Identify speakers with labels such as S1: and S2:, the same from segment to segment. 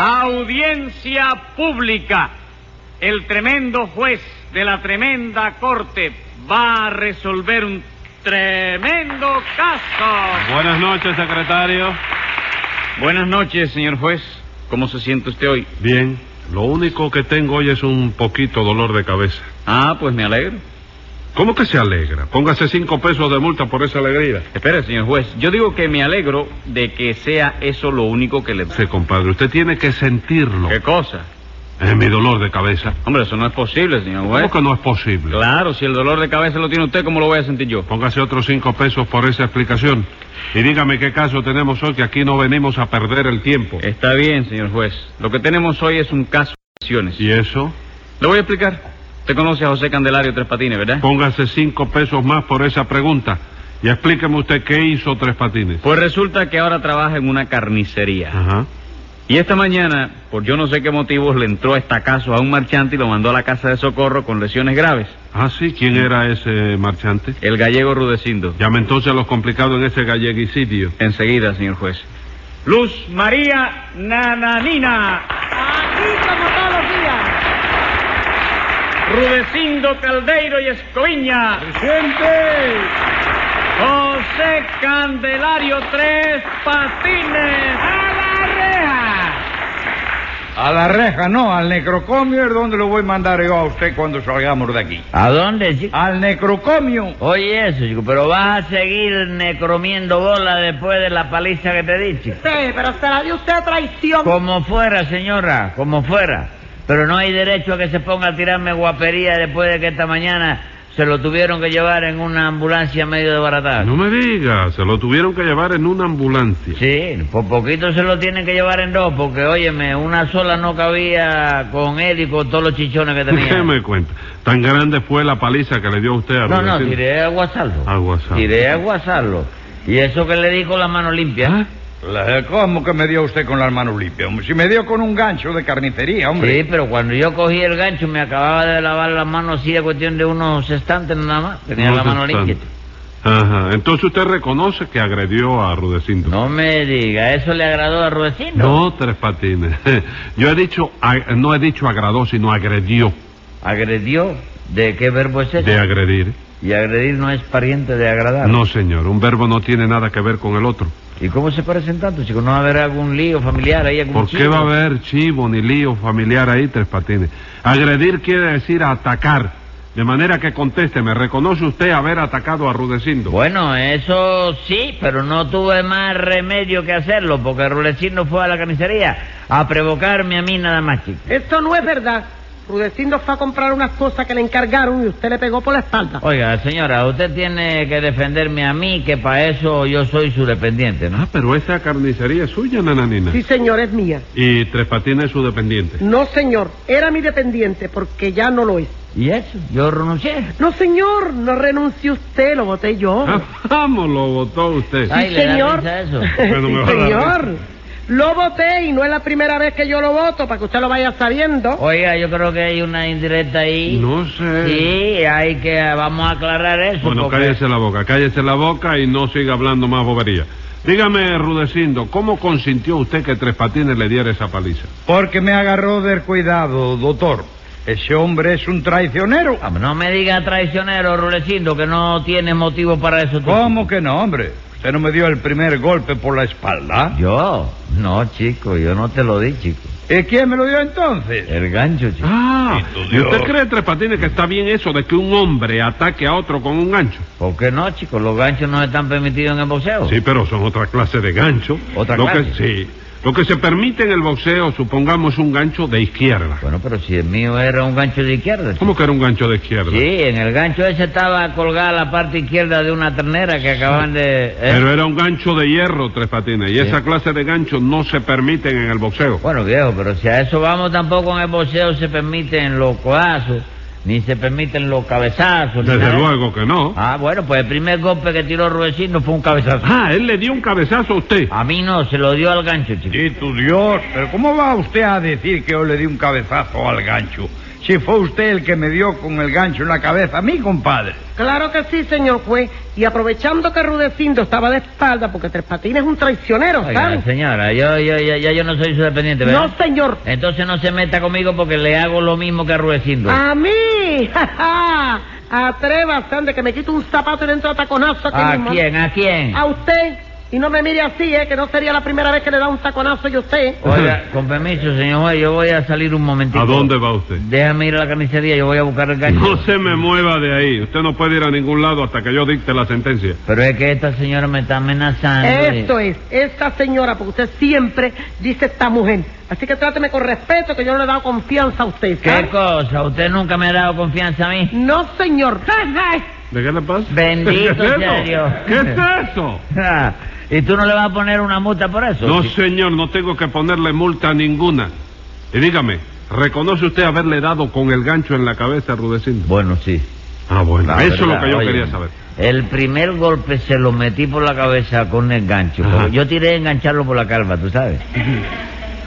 S1: Audiencia pública. El tremendo juez de la tremenda corte va a resolver un tremendo caso.
S2: Buenas noches, secretario.
S1: Buenas noches, señor juez. ¿Cómo se siente usted hoy?
S2: Bien, lo único que tengo hoy es un poquito dolor de cabeza.
S1: Ah, pues me alegro.
S2: ¿Cómo que se alegra? Póngase cinco pesos de multa por esa alegría.
S1: Espere, señor juez. Yo digo que me alegro de que sea eso lo único que le...
S2: Sí, compadre, usted tiene que sentirlo.
S1: ¿Qué cosa?
S2: Es mi dolor de cabeza. ¿Eh?
S1: Hombre, eso no es posible, señor
S2: ¿Cómo
S1: juez.
S2: que no es posible?
S1: Claro, si el dolor de cabeza lo tiene usted, ¿cómo lo voy a sentir yo?
S2: Póngase otros cinco pesos por esa explicación. Y dígame qué caso tenemos hoy, que aquí no venimos a perder el tiempo.
S1: Está bien, señor juez. Lo que tenemos hoy es un caso de lesiones.
S2: ¿Y eso?
S1: Le voy a explicar. Usted conoce a José Candelario Tres Patines, ¿verdad?
S2: Póngase cinco pesos más por esa pregunta. Y explíqueme usted qué hizo Tres Patines.
S1: Pues resulta que ahora trabaja en una carnicería.
S2: Ajá.
S1: Y esta mañana, por yo no sé qué motivos, le entró a estacazo a un marchante y lo mandó a la casa de socorro con lesiones graves.
S2: Ah, sí, ¿quién era ese marchante?
S1: El gallego Rudecindo.
S2: Llame entonces a los complicados en ese galleguicidio.
S1: Enseguida, señor juez. Luz María Nananina.
S3: Aquí como todos los días.
S1: Rudecindo Caldeiro y Escoviña. José Candelario Tres Patines. ¡A la reja!
S4: A la reja, no, al necrocomio es donde lo voy a mandar yo a usted cuando salgamos de aquí.
S5: ¿A dónde, chico?
S4: Al necrocomio.
S5: Oye eso, chico, pero vas a seguir necromiendo bola después de la paliza que te di, chico.
S3: Sí, pero se la dio usted a traición.
S5: Como fuera, señora, como fuera. Pero no hay derecho a que se ponga a tirarme guapería después de que esta mañana se lo tuvieron que llevar en una ambulancia medio desbaratada.
S2: No me diga, se lo tuvieron que llevar en una ambulancia.
S5: Sí, por poquito se lo tienen que llevar en dos, porque, óyeme, una sola no cabía con él y con todos los chichones que tenía.
S2: ¿Qué me cuenta? Tan grande fue la paliza que le dio usted a
S5: No, no,
S2: Rudecindo.
S5: tiré a aguasarlo.
S2: Aguasarlo.
S5: Tiré a aguasarlo. Y eso que le di con la mano limpia.
S2: ¿Ah?
S4: La- ¿Cómo que me dio usted con las manos limpias? hombre? Si me dio con un gancho de carnicería, hombre.
S5: Sí, pero cuando yo cogí el gancho me acababa de lavar las manos así a cuestión de unos estantes nada más. Tenía
S2: No
S5: la
S2: te
S5: mano
S2: están-
S5: limpia.
S2: Ajá, entonces usted reconoce que agredió a Rudecindo.
S5: No me diga, ¿eso le agradó a Rudecindo?
S2: No, Tres Patines. Yo he dicho, ag- no he dicho agradó, sino agredió
S5: ¿Agredió? ¿De qué verbo es eso?
S2: de agredir.
S5: Y agredir no es pariente de agradar.
S2: No, señor, un verbo no tiene nada que ver con el otro.
S5: ¿Y cómo se parecen tanto, chicos? ¿No va a haber algún lío familiar ahí? Algún
S2: ¿Por qué
S5: chico?
S2: va a haber chivo ni lío familiar ahí, Tres Patines? Agredir quiere decir atacar. De manera que contésteme, ¿reconoce usted haber atacado a Rudecindo?
S5: Bueno, eso sí, pero no tuve más remedio que hacerlo, porque Rudecindo fue a la carnicería a provocarme a mí nada más, chico.
S3: Esto no es verdad. Rudecindo fue a comprar unas cosas que le encargaron y usted le pegó por la espalda.
S5: Oiga, señora, usted tiene que defenderme a mí, que para eso yo soy su dependiente,
S2: Ah,
S5: ¿no?
S2: pero esa carnicería es suya, nananina.
S3: Sí, señor, es mía.
S2: Y Tres Patines es su dependiente.
S3: No, señor, era mi dependiente porque ya no lo es.
S5: ¿Y eso? Yo renuncié.
S3: No, señor, no renunció usted, lo voté yo.
S2: Ah, vamos, lo votó usted.
S5: Ay,
S3: sí,
S5: le da
S3: señor.
S5: risa eso.
S2: Bueno, me va
S3: Sí,
S2: a dar ¿eh?
S3: señor. Lo voté y no es la primera vez que yo lo voto, para que usted lo vaya sabiendo.
S5: Oiga, yo creo que hay una indirecta ahí.
S2: No sé.
S5: Sí, hay que... Vamos a aclarar eso.
S2: Bueno,
S5: porque-
S2: cállese la boca, cállese la boca y no siga hablando más bobería. Dígame, Rudecindo, ¿cómo consintió usted que Tres Patines le diera esa paliza?
S4: Porque me agarró del cuidado, doctor. Ese hombre es un traicionero.
S5: Ah, No me diga traicionero, Rulecindo, que no tiene motivo para eso. tú.
S4: ¿Cómo que no, hombre? Usted no me dio el primer golpe por la espalda.
S5: Yo. No, chico, yo no te lo di, chico.
S4: ¿Y ¿Eh? quién me lo dio entonces?
S5: El gancho, chico.
S2: Ah,
S4: Santo
S2: ¿y usted
S4: Dios.
S2: cree, Tres Patines, que está bien eso de que un hombre ataque a otro con un gancho?
S5: ¿Por qué no, chico? Los ganchos no están permitidos en el boxeo.
S2: Sí, pero son otra clase de gancho.
S5: ¿Otra
S2: Lo
S5: clase?
S2: Que, sí. Lo que se permite en el boxeo, supongamos un gancho de izquierda.
S5: Bueno, pero si el mío era un gancho de izquierda, chico.
S2: ¿Cómo que era un gancho de izquierda?
S5: Sí, eh. en el gancho ese estaba colgada la parte izquierda de una ternera que acaban de... ¿eh?
S2: Pero era un gancho de hierro, Tres Patines, y
S5: Sí.
S2: esa clase de ganchos no se permiten en el boxeo.
S5: Bueno, viejo, pero si a eso vamos, tampoco en el boxeo se permiten los codazos, ni se permiten los cabezazos. ni
S2: Desde
S5: nada.
S2: luego que no.
S5: pues, Ah, bueno, pues el primer golpe que tiró Ruecino fue un cabezazo.
S2: Ah, él le dio un cabezazo a usted.
S5: A mí no, se lo dio al gancho, chico.
S4: Y tu Dios, pero ¿cómo va usted a decir que yo le di un cabezazo al gancho? si fue usted el que me dio con el gancho en la cabeza a mí, compadre.
S3: Claro que sí, señor juez. Y aprovechando que Rudecindo estaba de espalda, porque Tres Patines es un traicionero,
S5: Oiga,
S3: ¿saben?
S5: señora, yo, yo, yo, yo- yo no soy su dependiente, ¿verdad?
S3: No, señor.
S5: Entonces no se meta conmigo porque le hago lo mismo que a Rudecindo.
S3: A mí. ja, ja. Atrévase, ande, que me quito un zapato y le entro a taconazo aquí
S5: ¿A
S3: mismo.
S5: quién? ¿A quién?
S3: A usted. Y no me mire así, ¿eh? Que no sería la primera vez que le da un taconazo yo a usted.
S5: Oiga, con permiso, señor juez, yo voy a salir un momentito.
S2: ¿A dónde va usted?
S5: Déjame ir a la carnicería, yo voy a buscar el gancho.
S2: No se me mueva de ahí. Usted no puede ir a ningún lado hasta que yo dicte la sentencia.
S5: Pero es que esta señora me está amenazando. y-
S3: Esto es, esta señora, porque usted siempre dice esta mujer. Así que tráteme con respeto, que yo no le he dado confianza a usted.
S5: ¿Qué
S3: ¿sabe?
S5: cosa? Usted nunca me ha dado confianza a mí.
S3: No, señor.
S2: ¿De qué le pasa?
S5: Bendito
S2: ¿Qué es eso?
S5: sea Dios.
S2: ¿Qué es eso?
S5: Ah, ¿Y tú no le vas a poner una multa por eso?
S2: No,
S5: Sí.
S2: señor, no tengo que ponerle multa ninguna. Y dígame, ¿reconoce usted haberle dado con el gancho en la cabeza a Rudecindo?
S5: Bueno, sí.
S2: Ah, bueno,
S5: La
S2: eso es lo
S5: verdad,
S2: que yo
S5: oye,
S2: quería saber.
S5: El primer golpe se lo metí por la cabeza con el gancho.
S2: Ajá.
S5: Yo tiré a engancharlo por la calva, tú sabes.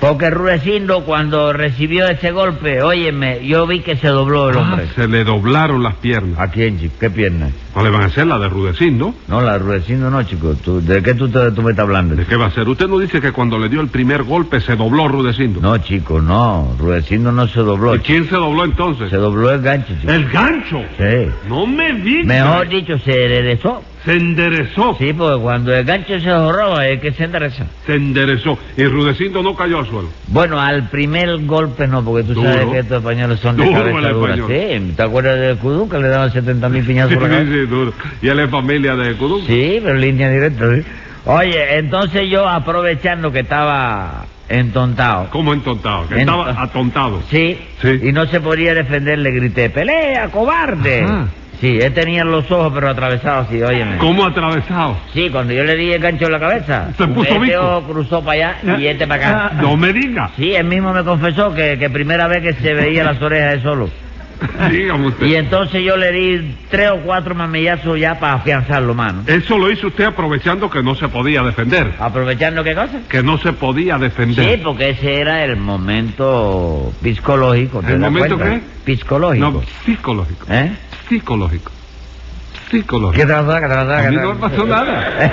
S5: Porque Rudecindo, cuando recibió ese golpe, óyeme, yo vi que se dobló el hombre.
S2: Ah, se le doblaron las piernas.
S5: ¿A quién, chico? ¿Qué pierna?
S2: No le van a hacer la de Rudecindo.
S5: No, la Rudecindo no, chico. Tú- ¿De qué tú, te- tú me estás hablando?
S2: ¿De qué va a ser? Usted no dice que cuando le dio el primer golpe se dobló Rudecindo.
S5: No, chico, no. Rudecindo no se dobló.
S2: ¿Y quién se dobló entonces?
S5: Se dobló el gancho, chico.
S2: El gancho.
S5: Sí.
S2: No me diga.
S5: Mejor dicho, se enderezó.
S2: Se enderezó.
S5: Sí, porque cuando el gancho se jorró es que se endereza.
S2: Se enderezó. Y Rudecindo no cayó al suelo.
S5: Bueno, al primer golpe no, porque tú
S2: Duro.
S5: sabes que estos españoles son de
S2: Duro
S5: cabeza
S2: el
S5: dura.
S2: español.
S5: Sí, ¿te acuerdas de Cudú que le daban 70 mil piñazos por la
S2: Sí,
S5: cabeza?
S2: sí, duro. Y él es familia de Cudum.
S5: Sí, pero en línea directa, sí. Oye, entonces yo aprovechando que estaba entontado.
S2: ¿Cómo entontado? Que
S5: Ent-
S2: estaba atontado.
S5: Sí,
S2: Sí.
S5: y no se podía defender, le grité, pelea, cobarde.
S2: Ajá.
S5: Sí, él tenía los ojos pero atravesados, sí, óyeme.
S2: ¿Cómo atravesado?
S5: Sí, cuando yo le di el gancho en la cabeza,
S2: Se puso Ah,
S5: este
S2: bico.
S5: ojo cruzó para allá y este para acá.
S2: No me diga.
S5: Sí, él mismo me confesó que, que primera vez que se veía las orejas de solo.
S2: Dígame usted.
S5: Y entonces yo le di tres o cuatro mamellazos ya para afianzarlo, mano.
S2: Eso lo hizo usted aprovechando que no se podía defender.
S5: ¿Aprovechando qué cosa?
S2: Que no se podía defender.
S5: Sí, porque ese era el momento psicológico. ¿te
S2: ¿El
S5: das
S2: momento
S5: cuenta? Psicológico.
S2: No, psicológico.
S5: ¿Eh?
S2: Psicológico.
S5: ¿Qué
S2: Psicológico.
S5: te pasa? ¿Qué te pasa?
S2: A
S5: ¿Qué
S2: mí
S5: te
S2: no me
S5: pasa?
S2: pasó nada.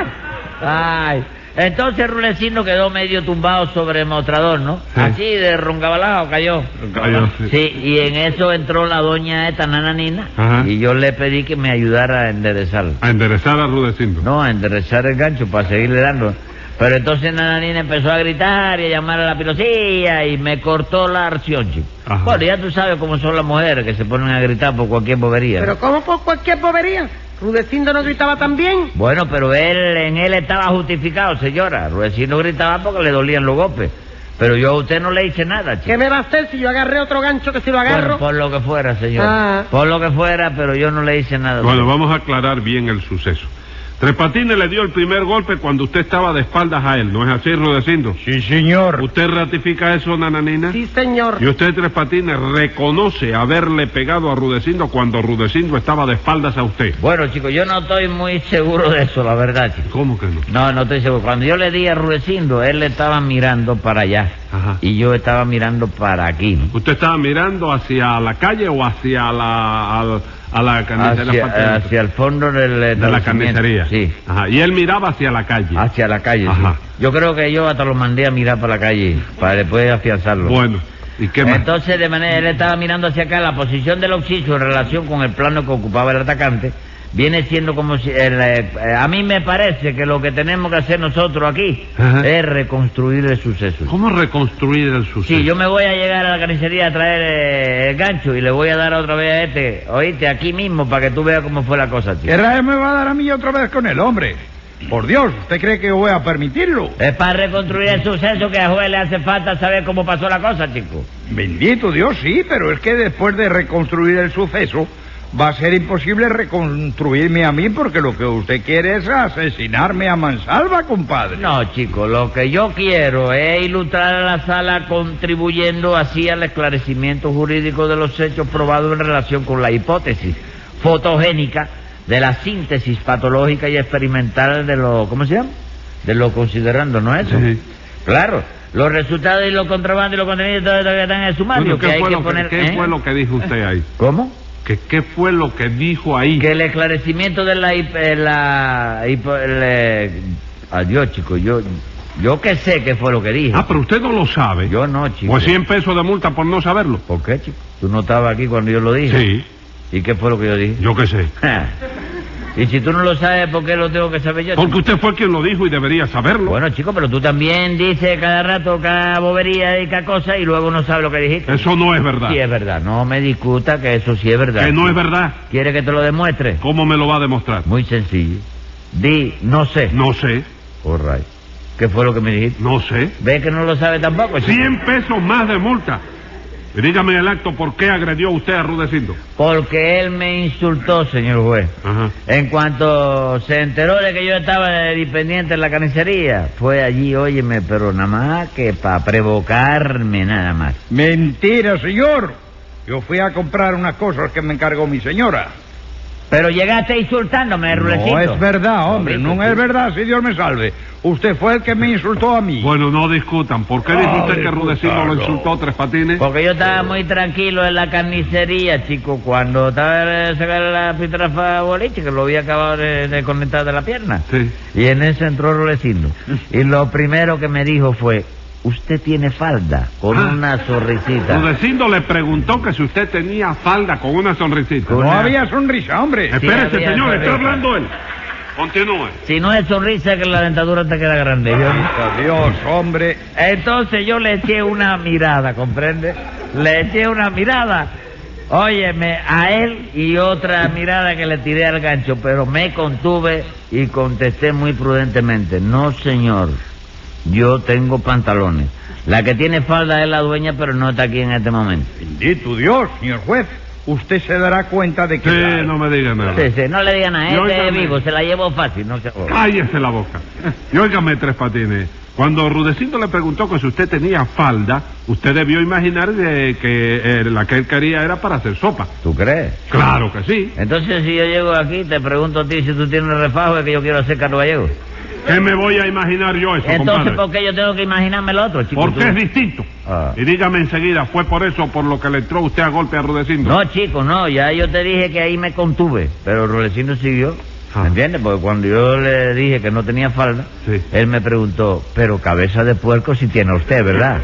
S5: Ay. Entonces Rulecino quedó medio tumbado sobre el mostrador, ¿no?
S2: Sí.
S5: Así de roncabalao cayó.
S2: Cayó, sí.
S5: Sí, y en eso entró la doña esta nananina
S2: Ajá.
S5: y yo le pedí que me ayudara a enderezarlo.
S2: A enderezar a Rudecindo.
S5: No, a enderezar el gancho para seguirle dando. Pero entonces Nananina empezó a gritar y a llamar a la pilosía y me cortó la acción, chico.
S2: Ajá.
S5: Bueno, ya tú sabes cómo son las mujeres que se ponen a gritar por cualquier bobería. ¿no?
S3: Pero ¿cómo por cualquier bobería? Rudecindo no gritaba también.
S5: Bueno, pero él, en él estaba justificado, señora. Rudecindo gritaba porque le dolían los golpes. Pero yo a usted no le hice nada, chico.
S3: ¿Qué me va a hacer si yo agarré otro gancho que si lo agarro?
S5: Bueno, pues. por lo que fuera, señora.
S3: Ah.
S5: Por lo que fuera, pero yo no le hice nada.
S2: Bueno, vamos a aclarar bien el suceso. Tres Patines le dio el primer golpe cuando usted estaba de espaldas a él, ¿no es así, Rudecindo?
S4: Sí, señor.
S2: ¿Usted ratifica eso, Nananina?
S3: Sí, señor.
S2: Y usted, Tres Patines, reconoce haberle pegado a Rudecindo cuando Rudecindo estaba de espaldas a usted.
S5: Bueno, chicos, yo no estoy muy seguro de eso, la verdad, chico.
S2: ¿Cómo que no?
S5: No, no estoy seguro. Cuando yo le di a Rudecindo, él estaba mirando para allá.
S2: Ajá.
S5: Y yo estaba mirando para aquí. ¿no?
S2: ¿Usted estaba mirando hacia la calle o hacia la, al- a la carnicería?
S5: Hacia,
S2: Patente?
S5: hacia el fondo del
S2: de la
S5: establecimiento.
S2: carnicería.
S5: Sí.
S2: Ajá. Y él miraba hacia la calle.
S5: Hacia la calle. sí.
S2: Ajá.
S5: Yo creo que yo hasta lo mandé a mirar para la calle, para después afianzarlo.
S2: Bueno, ¿y qué más?
S5: Entonces, de manera, él estaba mirando hacia acá, la posición del occiso en relación con el plano que ocupaba el atacante, viene siendo como si... el, eh, eh, a mí me parece que lo que tenemos que hacer nosotros aquí
S2: Ajá.
S5: es reconstruir el suceso.
S2: ¿Cómo reconstruir el suceso?
S5: Sí, yo me voy a llegar a la carnicería a traer eh, el gancho y le voy a dar otra vez a este, oíste, aquí mismo, para que tú veas cómo fue la cosa,
S4: ¿Qué
S5: chico.
S4: rayo me va a dar a mí otra vez con el hombre? Por Dios, ¿usted cree que yo voy a permitirlo?
S5: Es para reconstruir el suceso que a Joel le hace falta saber cómo pasó la cosa, chico.
S4: Bendito Dios, sí, pero es que después de reconstruir el suceso, va a ser imposible reconstruirme a mí porque lo que usted quiere es asesinarme a mansalva, compadre.
S5: No, chico, lo que yo quiero es ilustrar a la sala contribuyendo así al esclarecimiento jurídico de los hechos probados en relación con la hipótesis fotogénica de la síntesis patológica y experimental de lo... ¿Cómo se llama? De lo considerando, ¿no es eso?
S2: Sí.
S5: Claro, los resultados y los contrabandos y los contenidos todavía están en el sumario.
S2: Bueno, ¿qué,
S5: que hay
S2: fue
S5: que
S2: lo que,
S5: poner.
S2: qué
S5: ¿eh?
S2: fue lo que dijo usted ahí?
S5: ¿Cómo?
S2: ¿Qué, ¿Qué fue lo que dijo ahí?
S5: Que el esclarecimiento de la. hip- eh, la hipo- el, eh, adiós, chico, yo. Yo que sé qué fue lo que dije.
S2: Ah, pero usted no lo sabe.
S5: Yo no, chico.
S2: Pues 100 pesos de multa por no saberlo.
S5: ¿Por qué, chico? ¿Tú no estabas aquí cuando yo lo dije?
S2: Sí,
S5: ¿Y qué fue lo que yo dije?
S2: yo qué sé.
S5: y si tú no lo sabes, ¿por qué lo tengo que saber yo?
S2: Porque
S5: chico?
S2: usted fue quien lo dijo y debería saberlo.
S5: Bueno, chico, pero tú también dices cada rato cada bobería y cada cosa y luego no sabes lo que dijiste.
S2: Eso no es verdad.
S5: Sí es verdad. No me discuta que eso sí es verdad.
S2: Que no es verdad.
S5: ¿Quiere que te lo demuestre?
S2: ¿Cómo me lo va a demostrar?
S5: Muy sencillo. Di, no sé.
S2: No sé,
S5: All right. ¿Qué fue lo que me dijiste?
S2: no sé.
S5: Ve que no lo sabe tampoco, chico.
S2: 100 pesos más de multa. Y dígame el acto, ¿por qué agredió usted a Rudecindo?
S5: Porque él me insultó, señor juez.
S2: Ajá.
S5: En cuanto se enteró de que yo estaba de dependiente en la carnicería, fue allí, óyeme, pero nada más que para provocarme nada más.
S4: Mentira, señor. Yo fui a comprar unas cosas que me encargó mi señora.
S5: Pero llegaste insultándome, Rulecito.
S4: No es verdad, hombre,
S5: Lo dijo,
S4: no
S5: sí.
S4: es verdad, si Dios me salve. Usted fue el que me insultó a mí.
S2: Bueno, no discutan. ¿Por qué dijo
S4: Ah,
S2: usted que Rudecindo lo
S4: discútalo. Pues,
S2: insultó tres patines?
S5: Porque yo estaba muy tranquilo en la carnicería, chico, cuando estaba de sacar la pitrafa boliche, que lo había acabado de, de conectar de la pierna.
S2: Sí.
S5: Y en eso entró Rulecito. Y lo primero que me dijo fue, usted tiene falda, con
S2: Ah.
S5: una sonrisita.
S2: Rudecindo le preguntó que si usted tenía falda con una sonrisita.
S5: Con-
S4: No había sonrisa, hombre.
S5: Sí,
S2: Espérese,
S5: había
S2: señor,
S5: sonrisa.
S2: está hablando él. Continúe.
S5: Si no es sonrisa que la dentadura te queda grande. ¿vio?
S4: Dios, hombre.
S5: Entonces yo le eché una mirada, ¿comprende? Le eché una mirada. Óyeme, a él y otra mirada que le tiré al gancho, pero me contuve y contesté muy prudentemente, no señor, yo tengo pantalones. La que tiene falda es la dueña, pero no está aquí en este momento.
S4: Bendito Dios, señor juez. Usted se dará cuenta de que...
S2: Sí, no me diga nada.
S5: Sí, sí, no le digan a
S2: Yo
S5: este es
S2: también.
S5: vivo, se la llevo fácil, no se...
S2: Cállese la boca. Y óigame, Tres Patines, cuando Rudecindo le preguntó que si usted tenía falda, usted debió imaginar de que eh, la que él quería era para hacer sopa.
S5: ¿Tú crees?
S2: Claro que sí.
S5: Entonces si yo llego aquí, te pregunto a ti si tú tienes refajo, es que yo quiero hacer Carlos Gallego.
S2: ¿Qué me voy a imaginar yo eso,
S5: Entonces,
S2: Pues, compadre?
S5: ¿por qué yo tengo que imaginarme el otro, chico?
S2: Porque es
S5: Tú-
S2: distinto.
S5: Ah.
S2: Y dígame enseguida, ¿fue por eso por lo que le entró usted a golpe a Rudecindo?
S5: No, chico, no, ya yo te dije que ahí me contuve, pero Rolecino siguió.
S2: Ah.
S5: ¿Me entiendes? Porque cuando yo le dije que no tenía falda,
S2: Sí.
S5: él me preguntó, pero cabeza de puerco si tiene usted, ¿verdad?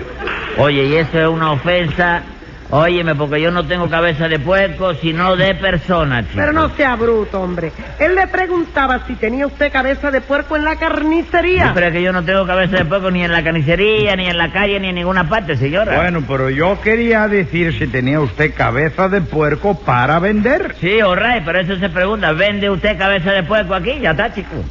S5: Oye, y eso es una ofensa. Óyeme, porque yo no tengo cabeza de puerco, sino de persona, chico.
S3: Pero no sea bruto, hombre. Él le preguntaba si tenía usted cabeza de puerco en la carnicería.
S5: Sí, Pero es que yo no tengo cabeza de puerco ni en la carnicería, ni en la calle, ni en ninguna parte, señora.
S4: Bueno, pero yo quería decir si tenía usted cabeza de puerco para vender.
S5: Sí, orray, pero eso se pregunta, ¿vende usted cabeza de puerco aquí? Ya está, chico.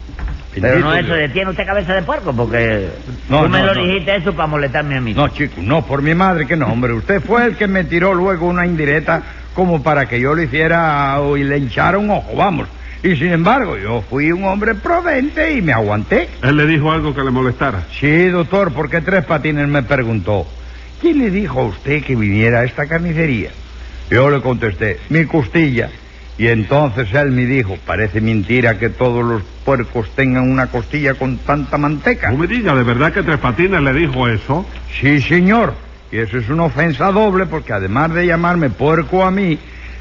S5: Pero no eso de, ¿tiene usted cabeza de puerco? Porque
S4: No,
S5: tú me
S4: no,
S5: lo
S4: no.
S5: dijiste eso para molestarme a mí.
S4: No, chico, no, por mi madre que no, hombre. Usted fue el que me tiró luego una indirecta como para que yo le hiciera o- y le hinchara un ojo, vamos. Y sin embargo, yo fui un hombre prudente y me aguanté.
S2: Él le dijo algo que le molestara.
S4: Sí, doctor, porque Tres Patines me preguntó, ¿quién le dijo a usted que viniera a esta carnicería? Yo le contesté, mi costilla. Y entonces él me dijo, parece mentira que todos los puercos tengan una costilla con tanta manteca.
S2: No me diga, ¿de verdad que Tres Patines le dijo eso?
S4: Sí, señor. Y eso es una ofensa doble porque además de llamarme puerco a mí,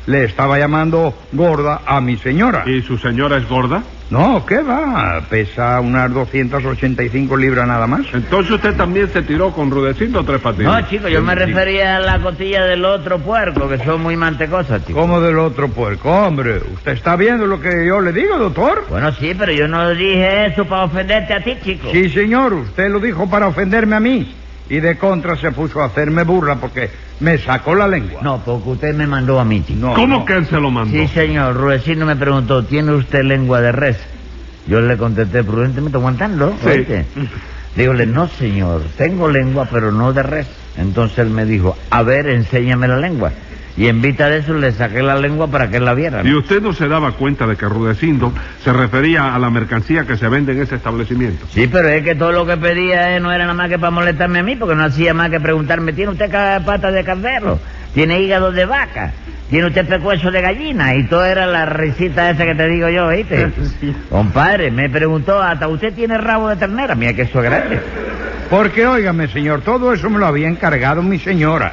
S4: le estaba llamando gorda a mi señora.
S2: ¿Y su señora es gorda?
S4: No, ¿qué va? Pesa unas 285 libras nada más.
S2: Entonces usted también se tiró con Rudecindo Tres Patines.
S5: No, chico, yo me refería a la costilla del otro puerco, que son muy mantecosas, chico.
S4: Como del otro puerco, hombre. Usted está viendo lo que yo le digo, doctor.
S5: Bueno, sí, pero yo no dije eso para ofenderte a ti, chico.
S4: Sí, señor, usted lo dijo para ofenderme a mí. Y de contra se puso a hacerme burla porque me sacó la lengua.
S5: No, porque usted me mandó a mí, chico.
S4: No,
S2: ¿Cómo
S4: no.
S2: que él se lo mandó?
S5: Sí, señor, Ruecino me preguntó, ¿tiene usted lengua de res? Yo le contesté prudentemente, aguantando,
S2: Sí.
S5: oíste. Dígole, no, señor, tengo lengua, pero no de res. Entonces él me dijo, a ver, enséñame la lengua. Y en vista de eso le saqué la lengua para que él la viera. ¿no?
S2: ¿Y usted Ah, no se daba cuenta de que Rudecindo se refería a la mercancía que se vende en ese establecimiento?
S5: Sí, pero es que todo lo que pedía eh, no era nada más que para molestarme a mí, porque no hacía más que preguntarme, ¿tiene usted ca- patas de carnero? ¿Tiene hígado de vaca? ¿Tiene usted pecueso de gallina? Y todo era la risita esa que te digo yo, ¿oíste? Compadre, me preguntó, ¿hasta usted tiene rabo de ternera? Mira que eso es grande.
S4: Porque, óigame, señor, todo eso me lo había encargado mi señora.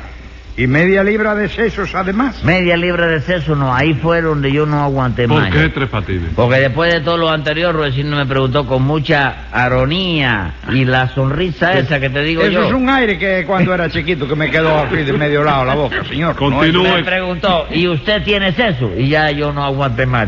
S4: Y media libra de sesos, además.
S5: Media libra de seso, no, ahí fue donde yo no aguanté
S2: ¿Por
S5: más.
S2: qué tres patines?
S5: Porque después de todo lo anterior, Rudecindo me preguntó con mucha aronía y la sonrisa esa que te digo
S4: Eso
S5: yo.
S4: es un aire que cuando era chiquito que me quedó así de medio lado la boca, señor. ¿no?
S2: Continúe.
S5: Me preguntó, ¿y usted tiene seso? Y ya yo no aguanté más.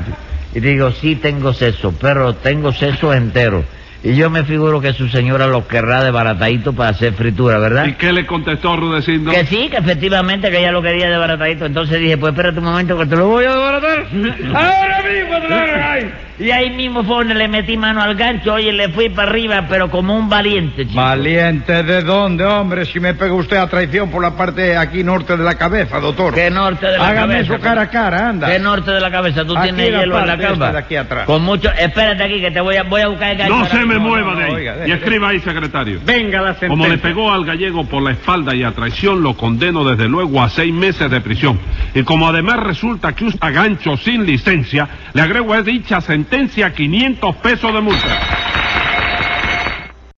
S5: Y digo, sí tengo seso, pero tengo seso entero. Y yo me figuro que su señora lo querrá de baratadito para hacer fritura, ¿verdad?
S2: ¿Y qué le contestó Rudecindo?
S5: Que sí, que efectivamente que ella lo quería de baratadito. Entonces dije, pues espérate un momento que te lo voy a desbaratar. Ahora mismo te lo voy a ahí. Y ahí mismo fue donde le metí mano al gancho, oye, le fui para arriba, pero como un valiente, chico.
S4: Valiente de dónde, hombre, si me pega usted a traición por la parte aquí norte de la cabeza, doctor.
S5: Que norte de la
S4: Hágame
S5: cabeza.
S4: eso cara a cara, anda.
S5: ¿Qué norte de la cabeza? ¿Tú
S4: Aquí
S5: tienes
S4: la
S5: hielo en la
S4: parte esta
S5: calva?
S4: de aquí atrás.
S5: Con mucho... Espérate aquí que te voy a, voy a buscar el gancho.
S2: No
S5: ahora
S2: se me
S5: mismo.
S2: mueva
S4: no,
S2: de ahí.
S4: oiga,
S2: y
S4: deje,
S2: escriba ahí, secretario.
S1: Venga la sentencia.
S2: Como le pegó al gallego por la espalda y a traición, lo condeno desde luego a seis meses de prisión. Y como además resulta que usa gancho sin licencia, le agrego a dicha sentencia 500 pesos de multa.